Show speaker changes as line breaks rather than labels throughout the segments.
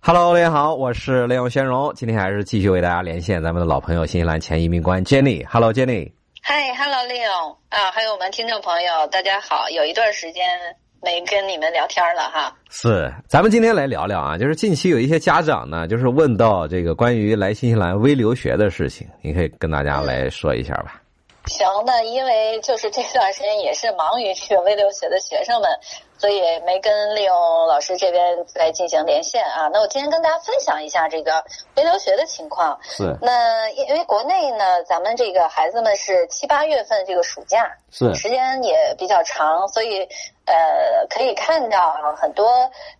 Hello，大家好，我是雷永先荣，今天还是继续为大家连线咱们的老朋友新西兰前移民官 Jenny。Hello，Jenny。
嗨，Hello Leo 啊，还有我们听众朋友，大家好！有一段时间没跟你们聊天了哈。
是，咱们今天来聊聊啊，就是近期有一些家长呢，就是问到这个关于来新西兰微留学的事情，你可以跟大家来说一下吧。
行，那因为就是这段时间也是忙于这个微留学的学生们，所以没跟利用老师这边来进行连线啊。那我今天跟大家分享一下这个微留学的情况。
是
那因为国内呢，咱们这个孩子们是七八月份这个暑假，
是
时间也比较长，所以呃，可以看到啊，很多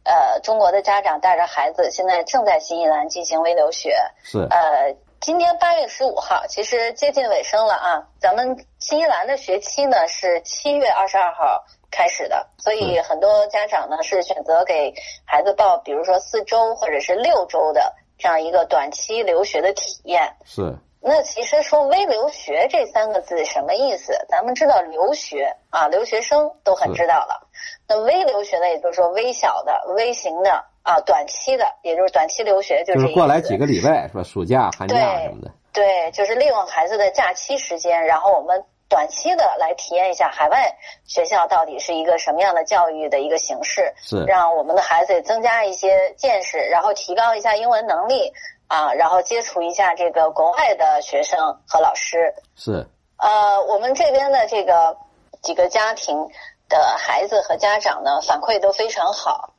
呃中国的家长带着孩子现在正在新西兰进行微留学。
是
呃，今天八月十五号，其实接近尾声了啊。咱们新西兰的学期呢是七月二十二号开始的，所以很多家长呢是选择给孩子报，比如说四周或者是六周的这样一个短期留学的体验。
是
那其实说“微留学”这三个字什么意思？咱们知道留学啊，留学生都很知道了。那微留学呢，也就是说微小的、微型的啊，短期的，也就是短期留学，就
就是是过来
这意思
几个礼拜是吧？暑假、寒假
对
什么的，
对，就是利用孩子的假期时间，然后我们短期的来体验一下海外学校到底是一个什么样的教育的一个形式，
是
让我们的孩子也增加一些见识，然后提高一下英文能力啊，然后接触一下这个国外的学生和老师。
是
呃，我们这边的这个几个家庭的孩子和家长呢，反馈都非常好，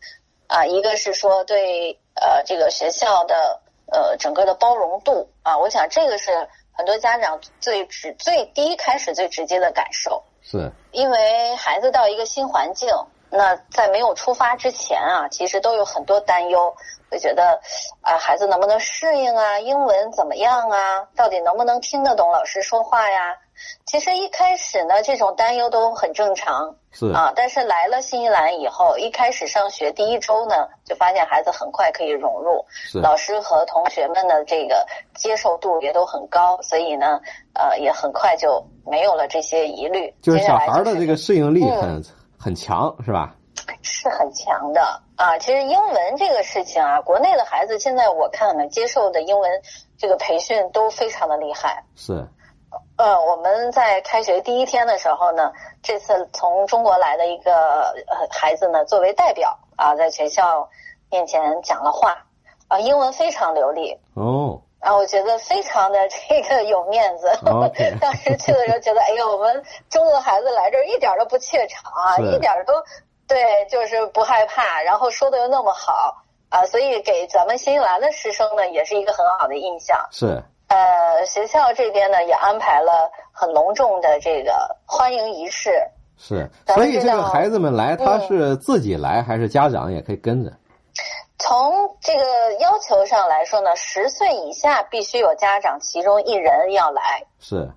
啊、一个是说对呃这个学校的呃整个的包容度啊、我想这个是很多家长最直最第一开始最直接的感受，
是
因为孩子到一个新环境，那在没有出发之前啊，其实都有很多担忧，会觉得啊、孩子能不能适应啊，英文怎么样啊，到底能不能听得懂老师说话呀？其实一开始呢，这种担忧都很正常
是
啊。但是来了新西兰以后，一开始上学第一周呢，就发现孩子很快可以融入，
是
老师和同学们的这个接受度也都很高，所以呢，呃，也很快就没有了这些疑虑。
就是
接下
小
来
孩儿的
就是
这个适应力
嗯
很很强，是吧？
是很强的啊。其实英文这个事情啊，国内的孩子现在我看呢，接受的英文这个培训都非常的厉害。
是
呃，我们在开学第一天的时候呢，这次从中国来的一个呃孩子呢，作为代表啊，在学校面前讲了话，啊，英文非常流利，
哦，
啊，我觉得非常的 这个有面子。
OK
当时去的时候觉得，哎呦，我们中国孩子来这儿一点儿都不怯场啊，
是
一点儿都对，就是不害怕，然后说的又那么好啊，所以给咱们新西兰的师生呢，也是一个很好的印象。
是
呃，学校这边呢也安排了很隆重的这个欢迎仪式。
是，
咱
所
们
以
知
这个
道
孩子们来，他
嗯
是自己来还是家长也可以跟着？
从这个要求上来说呢，十岁以下必须有家长其中一人要来，
是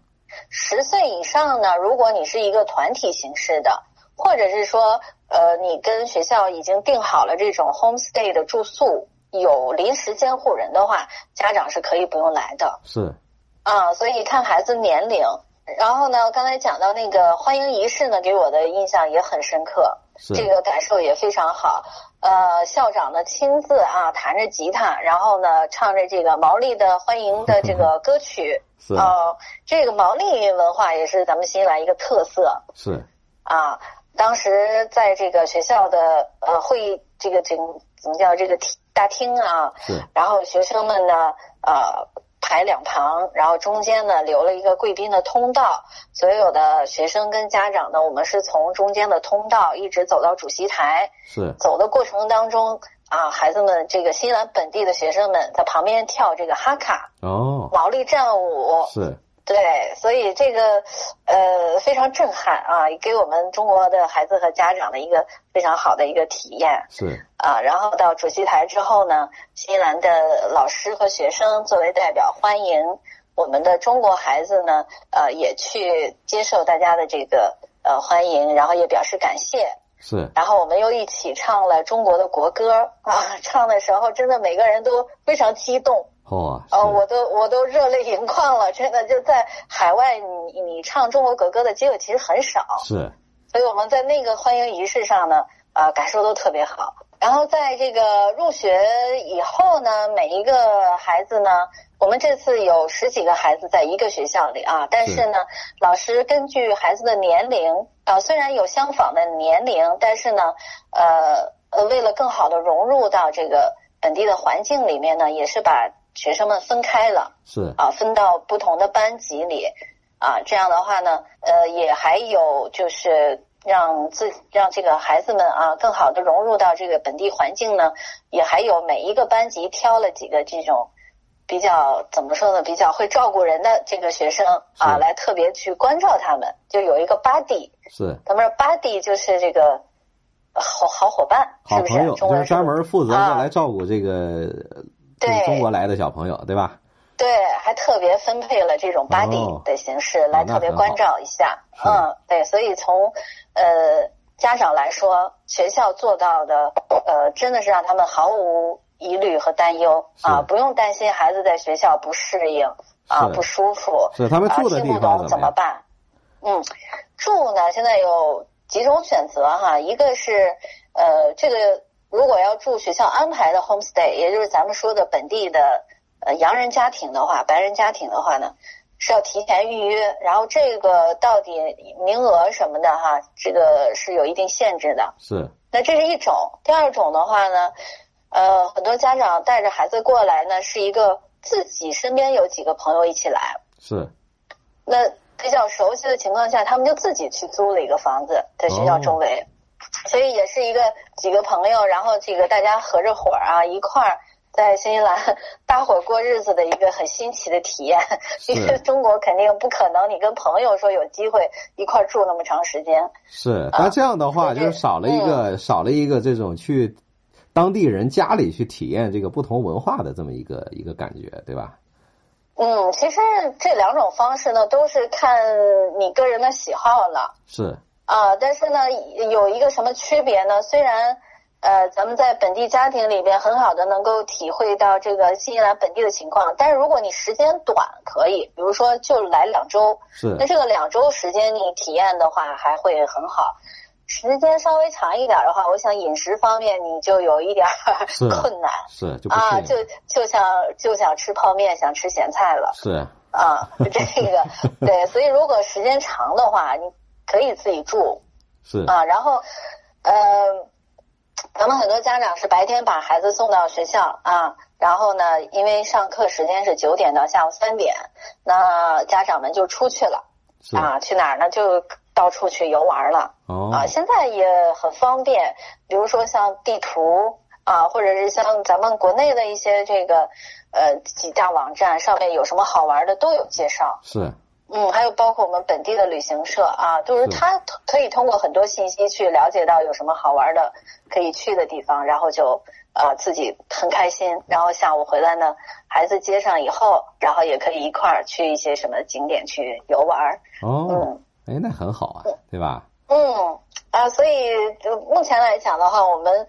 十岁以上呢，如果你是一个团体形式的，或者是说，呃，你跟学校已经定好了这种 homestay 的住宿，有临时监护人的话，家长是可以不用来的
是
啊。所以看孩子年龄。然后呢，刚才讲到那个欢迎仪式呢，给我的印象也很深刻。
是
这个感受也非常好。呃，校长呢亲自啊弹着吉他，然后呢唱着这个毛利的欢迎的这个歌曲。
是
哦、这个毛利文化也是咱们新西兰一个特色
是
啊。当时在这个学校的呃会议这个这个怎么叫这个厅大厅啊，
是
然后学生们呢，呃，排两旁，然后中间呢留了一个贵宾的通道。所有的学生跟家长呢，我们是从中间的通道一直走到主席台。
是
走的过程当中啊，孩子们这个新西兰本地的学生们在旁边跳这个哈卡
哦，
毛利战舞，
是
对，所以这个呃非常震撼啊，给我们中国的孩子和家长的一个非常好的一个体验。
是
啊，然后到主席台之后呢，新西兰的老师和学生作为代表欢迎我们的中国孩子呢，呃，也去接受大家的这个呃欢迎，然后也表示感谢。
是
然后我们又一起唱了中国的国歌啊，唱的时候真的每个人都非常激动，
哦，
呃，
是
我都我都热泪盈眶了，真的就在海外你你唱中国国歌的机会其实很少，
是
所以我们在那个欢迎仪式上呢，啊、感受都特别好。然后在这个入学以后呢，每一个孩子呢，我们这次有十几个孩子在一个学校里啊，但是呢，老师根据孩子的年龄啊、呃，虽然有相仿的年龄，但是呢，呃呃，为了更好的融入到这个本地的环境里面呢，也是把学生们分开了
是
啊，分到不同的班级里啊，这样的话呢，呃，也还有就是。让自让这个孩子们啊，更好的融入到这个本地环境呢，也还有每一个班级挑了几个这种比较怎么说呢，比较会照顾人的这个学生啊，
是
来特别去关照他们，就有一个 buddy，
是
咱们说 buddy 就是这个好好伙伴，是
好
不
朋
是？
友，
中
就
文
是专门负责
啊
过来照顾这个就是
对
中国来的小朋友，对吧？
对，还特别分配了这种 buddy
哦
的形式、来
那
特别
很
关
好
照一下。
是
嗯，对，所以从呃家长来说，学校做到的呃真的是让他们毫无疑虑和担忧
是
啊，不用担心孩子在学校不适应啊
是
不舒服
是他们
啊
住的
听
地
不
方怎
懂怎
么
么
样？
办？嗯，住呢现在有几种选择哈，一个是呃这个如果要住学校安排的 homestay，也就是咱们说的本地的呃洋人家庭的话，白人家庭的话呢，是要提前预约，然后这个到底名额什么的哈，这个是有一定限制的。
是
那这是一种，第二种的话呢，呃，很多家长带着孩子过来呢，是一个自己身边有几个朋友一起来，
是
那比较熟悉的情况下，他们就自己去租了一个房子在学校周围，所以也是一个几个朋友，然后这个大家合着伙儿啊，一块儿在新西兰 大伙儿过日子的一个很新奇的体验。
是
因为中国肯定不可能，你跟朋友说有机会一块儿住那么长时间，
是。那这样的话，
啊对嗯
就是少了一个少了一个这种去当地人家里去体验这个不同文化的这么一个一个感觉，对吧？
嗯，其实这两种方式呢，都是看你个人的喜好了。
是
啊，但是呢，有一个什么区别呢？虽然，呃，咱们在本地家庭里边很好的能够体会到这个新西兰本地的情况，但是如果你时间短可以，比如说就来两周，
是
那这个两周时间你体验的话还会很好。时间稍微长一点的话，我想饮食方面你就有一点儿
是
困难
是就不
啊，
适
就
应，
就想就想吃泡面，想吃咸菜了。
是
啊， 这个对，所以如果时间长的话，你可以自己住
是
啊。然后，呃，咱们很多家长是白天把孩子送到学校啊，然后呢，因为上课时间是九点到下午三点，那家长们就出去了
是
啊，去哪儿呢？就到处去游玩了。
哦
啊，现在也很方便，比如说像地图啊，或者是像咱们国内的一些这个呃几大网站上面有什么好玩的都有介绍。
是
嗯，还有包括我们本地的旅行社啊，就是
是
它可以通过很多信息去了解到有什么好玩的可以去的地方，然后就呃自己很开心，然后下午回来呢，孩子接上以后，然后也可以一块儿去一些什么景点去游玩儿。
哦
嗯，
哎，那很好啊，对吧？
嗯啊，所以就目前来讲的话，我们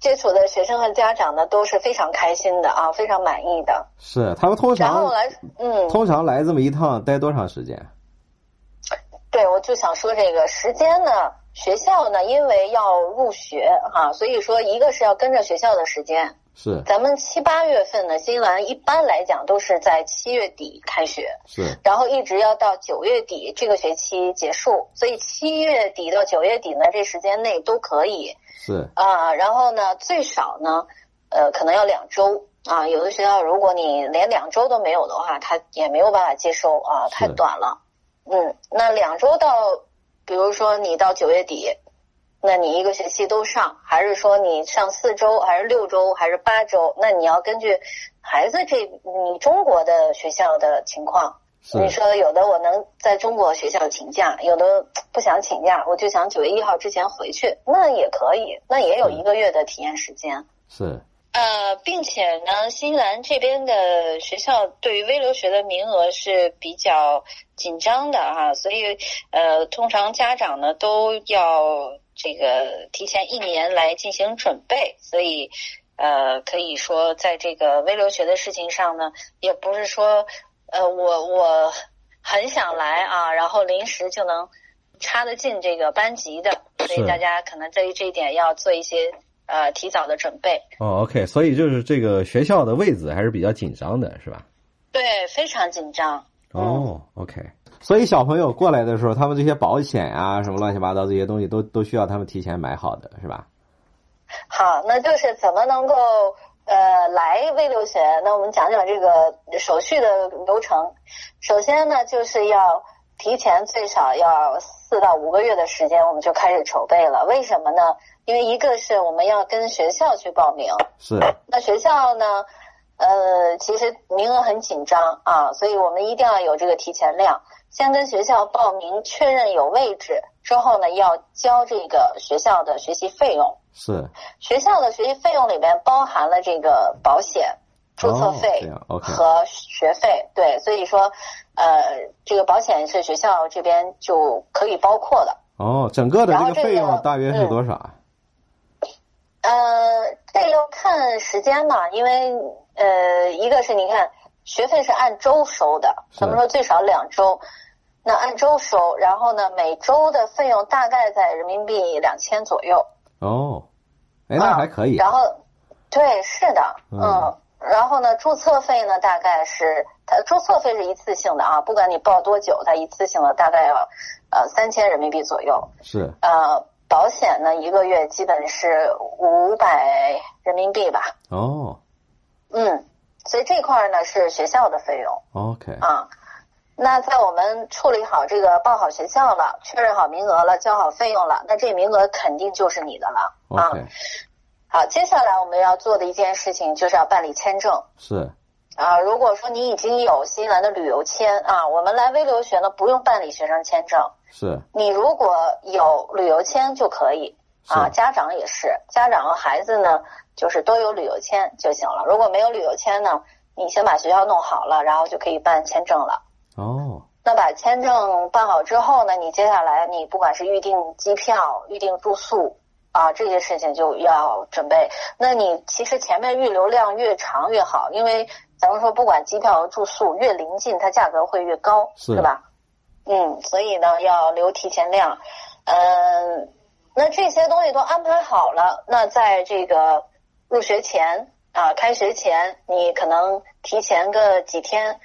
接触的学生和家长呢都是非常开心的啊，非常满意的。
是他们通
然
常
后来，嗯，
通常来这么一趟待多长时间？
对，我就想说这个时间呢，学校呢，因为要入学啊，所以说一个是要跟着学校的时间。
是
咱们七八月份呢，新西兰一般来讲都是在七月底开学，
是
然后一直要到九月底这个学期结束，所以七月底到九月底呢，这时间内都可以。
是
啊，然后呢，最少呢，呃，可能要两周啊。有的学校如果你连两周都没有的话，他也没有办法接收啊，
是
太短了。嗯，那两周到，比如说你到九月底，那你一个学期都上，还是说你上四周，还是六周，还是八周？那你要根据孩子这你中国的学校的情况。你
是
说有的我能在中国学校请假，有的不想请假，我就想九月一号之前回去，那也可以，那也有一个月的体验时间。
是
呃，并且呢，新西兰这边的学校对于微留学的名额是比较紧张的啊，所以呃，通常家长呢都要这个提前一年来进行准备，所以呃，可以说在这个微留学的事情上呢，也不是说呃我我很想来啊，然后临时就能插得进这个班级的，所以
是
大家可能对于这一点要做一些。呃提早的准备。
哦，OK，所以就是这个学校的位置还是比较紧张的，是吧？
对，非常紧张。
哦，OK，
嗯
所以小朋友过来的时候，他们这些保险啊，什么乱七八糟这些东西都都需要他们提前买好的，是吧？
好，那就是怎么能够呃来微留学？那我们讲讲这个手续的流程。首先呢，就是要提前最少要四到五个月的时间，我们就开始筹备了。为什么呢？因为一个是我们要跟学校去报名，
是，
那学校呢，呃，其实名额很紧张啊，所以我们一定要有这个提前量，先跟学校报名确认有位置之后呢，要交这个学校的学习费用。
是，
学校的学习费用里面包含了这个保险、注册
哦这
费
样，OK
和学费。对，所以说，呃，这个保险是学校这边就可以包括的。
哦，整个的
然
这
后
个
这个
费用大约是多少啊？
呃，这要看时间嘛，因为呃，一个是你看学费是按周收的，
是
咱们说最少两周，那按周收，然后呢，每周的费用大概在人民币两千左右。
哦，哎，那
啊
还可以，
然后，对，是的，
嗯
嗯。然后呢，注册费呢，大概是它注册费是一次性的啊，不管你报多久，它一次性的大概要呃三千人民币左右。
是，
呃，保险呢，一个月基本是五百人民币吧，
哦
嗯。所以这块儿呢是学校的费用
，OK，
啊。那在我们处理好这个报好学校了，确认好名额了，交好费用了，那这名额肯定就是你的了啊。
，OK，
好，接下来我们要做的一件事情就是要办理签证
是，
啊。如果说你已经有新西兰的旅游签啊，我们来微留学呢不用办理学生签证，
是，
你如果有旅游签就可以啊。
是，
家长也是，家长和孩子呢就是都有旅游签就行了。如果没有旅游签呢，你先把学校弄好了，然后就可以办签证了。
哦，
那把签证办好之后呢，你接下来你不管是预定机票、预定住宿啊，这些事情就要准备。那你其实前面预留量越长越好，因为咱们说不管机票和住宿越临近，它价格会越高，
是
是吧？嗯，所以呢要留提前量。嗯，那这些东西都安排好了，那在这个入学前啊，开学前，你可能提前个几天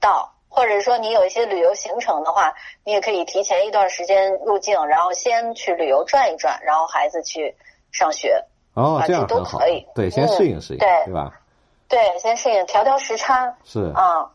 到，或者说你有一些旅游行程的话，你也可以提前一段时间入境，然后先去旅游转一转，然后孩子去上学。
哦
啊，
这样
这
很
都
好
可以，
对，先
嗯
适应适应，
对
对吧？
对，先适应调调时差
是，
啊。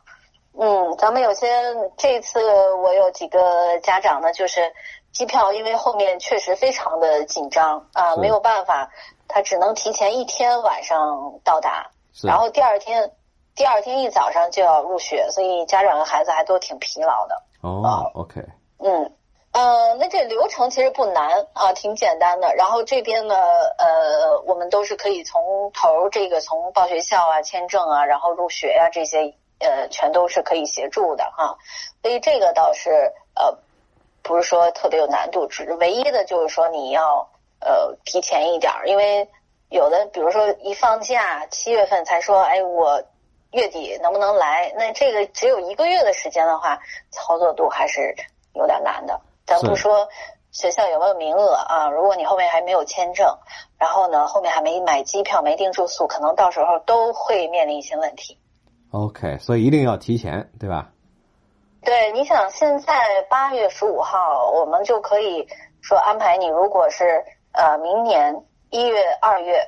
嗯，咱们有些这次我有几个家长呢，就是机票，因为后面确实非常的紧张啊，
是
没有办法，他只能提前一天晚上到达。
是，
然后第二天，第二天一早上就要入学，所以家长和孩子还都挺疲劳的。
哦，OK，
嗯，呃，那这流程其实不难啊，挺简单的。然后这边呢，呃，我们都是可以从头儿这个从报学校啊、签证啊，然后入学呀、这些，呃，全都是可以协助的哈、所以这个倒是呃，不是说特别有难度，只是唯一的就是说你要呃提前一点儿，因为有的比如说一放假七月份才说，哎，我月底能不能来？那这个只有一个月的时间的话，操作度还是有点难的。咱
是
不说学校有没有名额啊，如果你后面还没有签证，然后呢后面还没买机票、没订住宿，可能到时候都会面临一些问题。
，OK，所以一定要提前，对吧？
对，你想现在八月十五号，我们就可以说安排你，如果是呃明年一月、二月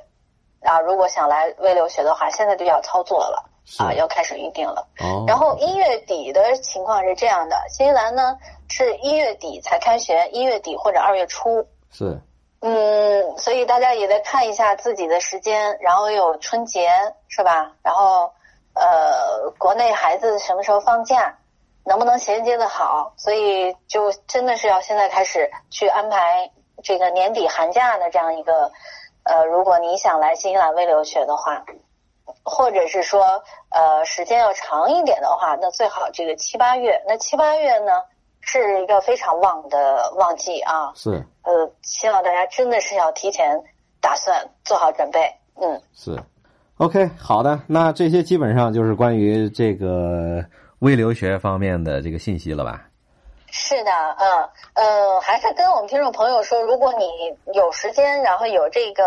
啊，如果想来微留学的话，现在就要操作了
是，
啊，要开始预定了。
哦，
然后一月底的情况是这样的，新西兰呢是一月底才开学，一月底或者二月初。
是，
嗯，所以大家也得看一下自己的时间，然后有春节是吧？然后，呃，国内孩子什么时候放假，能不能衔接的好？所以就真的是要现在开始去安排这个年底寒假的这样一个，呃，如果你想来新西兰微留学的话，或者是说呃时间要长一点的话，那最好这个七八月。那七八月呢是一个非常旺的旺季啊，
是，
呃，希望大家真的是要提前打算，做好准备。嗯，
是，OK，好的，那这些基本上就是关于这个微留学方面的这个信息了吧？
是的，嗯，呃，还是跟我们听众朋友说，如果你有时间，然后有这个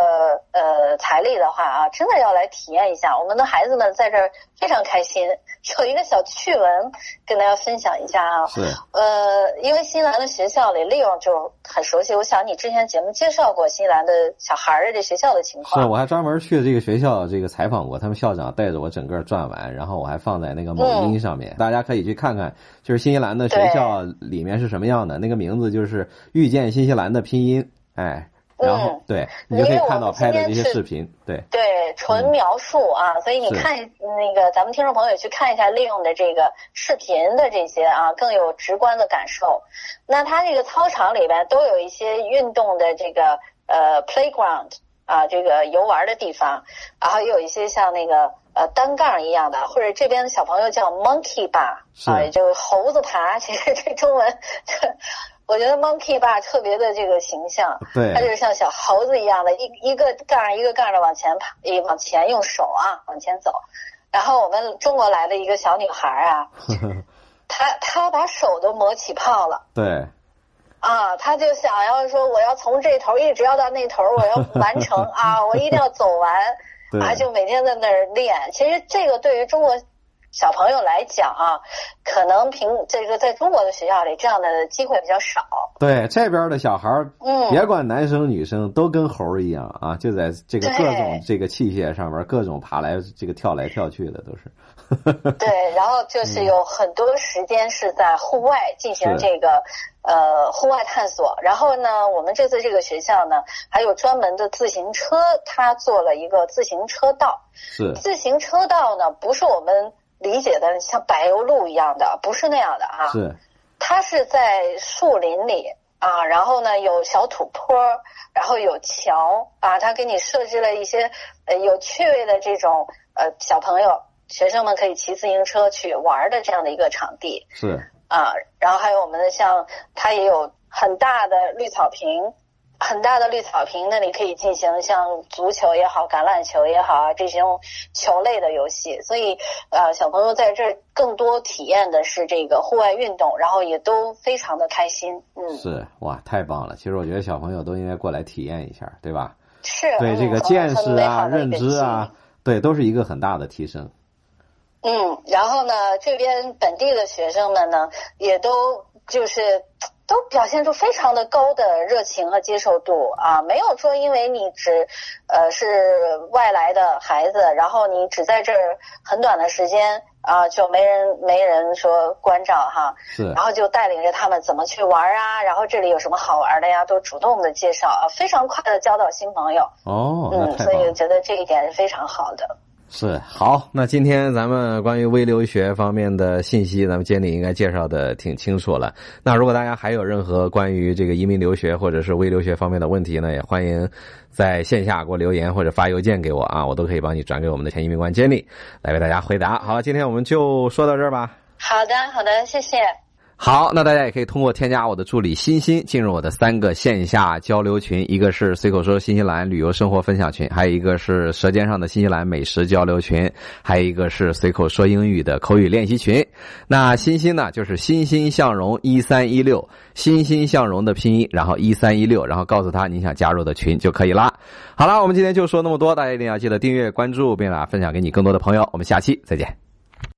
呃财力的话啊，真的要来体验一下。我们的孩子们在这儿非常开心， 有一个小趣闻跟大家分享一下啊。
是
呃，因为新西兰的学校里利用就很熟悉，我想你之前节目介绍过新西兰的小孩儿的这学校的情
是，
况。
我还专门去这个学校这个采访过，他们校长带着我整个转完，然后我还放在那个某
嗯
音上面，大家可以去看看，就是新西兰的学校里面是什么样的，那个名字就是遇见新西兰的拼音，哎，然后、
嗯
对你就可以看到拍的这
因为
些
我们今天是
视频，对，
对，纯描述啊，所以你
嗯是
看那个咱们听众朋友也去看一下利用的这个视频的这些啊，更有直观的感受。那它这个操场里边都有一些运动的这个呃 playground 啊，这个游玩的地方，然后也有一些像那个呃单杠一样的，或者这边的小朋友叫 monkey bar
是
啊，也就是猴子爬，其实这中文， 这我觉得 monkey bar 特别的这个形象。它就
对，
是像小猴子一样的，一一个杠儿一个杠的往前爬，也往前用手啊往前走。然后我们中国来的一个小女孩儿啊，她她把手都磨起泡了。
对，
啊，她就想要说，我要从这头一直要到那头，我要完成啊，我一定要走完
对，
啊，就每天在那儿练。其实这个对于中国小朋友来讲啊，可能平这个在中国的学校里这样的机会比较少。
对，这边的小孩儿
嗯，
别管男生女生都跟猴儿一样啊，就在这个各种
对
这个器械上面各种爬来这个跳来跳去的都是，
对，然后就是有很多时间是在户外进行
是
这个呃户外探索。然后呢，我们这次这个学校呢，还有专门的自行车，它做了一个自行车道。
是
自行车道呢，不是我们理解的像柏油路一样的，不是那样的啊。
是，
它是在树林里啊，然后呢有小土坡，然后有桥啊，它给你设置了一些呃有趣味的这种呃小朋友学生们可以骑自行车去玩的这样的一个场地
是
啊，然后还有我们的像它也有很大的绿草坪。很大的绿草坪，那里可以进行像足球也好、橄榄球也好啊这种球类的游戏。所以，呃，小朋友在这儿更多体验的是这个户外运动，然后也都非常的开心。嗯，
是，哇，太棒了！其实我觉得小朋友都应该过来体验一下，对吧？
是
对
嗯
这个
很
见
很
识
美
啊、
好的一
认
个
知
记忆
啊，对，都是一个很大的提升。
嗯，然后呢，这边本地的学生们呢，也都就是都表现出非常的高的热情和接受度啊，没有说因为你只呃是外来的孩子，然后你只在这儿很短的时间啊，就没人没人说关照哈，
是
然后就带领着他们怎么去玩啊，然后这里有什么好玩的呀，都主动的介绍啊，非常快的交到新朋友，
哦，那
嗯，
太
所
棒
以
了。
觉得这一点是非常好的。
是
好，那今天咱们关于微留学方面的信息，咱们监理应该介绍的挺清楚了。那如果大家还有任何关于这个移民留学或者是微留学方面的问题呢，也欢迎在线下给我留言或者发邮件给我啊，我都可以帮你转给我们的前移民官监理来为大家回答。好，今天我们就说到这儿吧。
好的，好的，谢谢。
好，那大家也可以通过添加我的助理欣欣进入我的三个线下交流群，一个是随口说新西兰旅游生活分享群，还有一个是舌尖上的新西兰美食交流群，还有一个是随口说英语的口语练习群。那欣欣呢，就是欣欣向荣一三一六，欣欣向荣的拼音，然后一三一六，然后告诉他你想加入的群就可以啦。啊好啦，我们今天就说那么多，大家一定要记得订阅、关注，并把它分享给你更多的朋友。我们下期再见。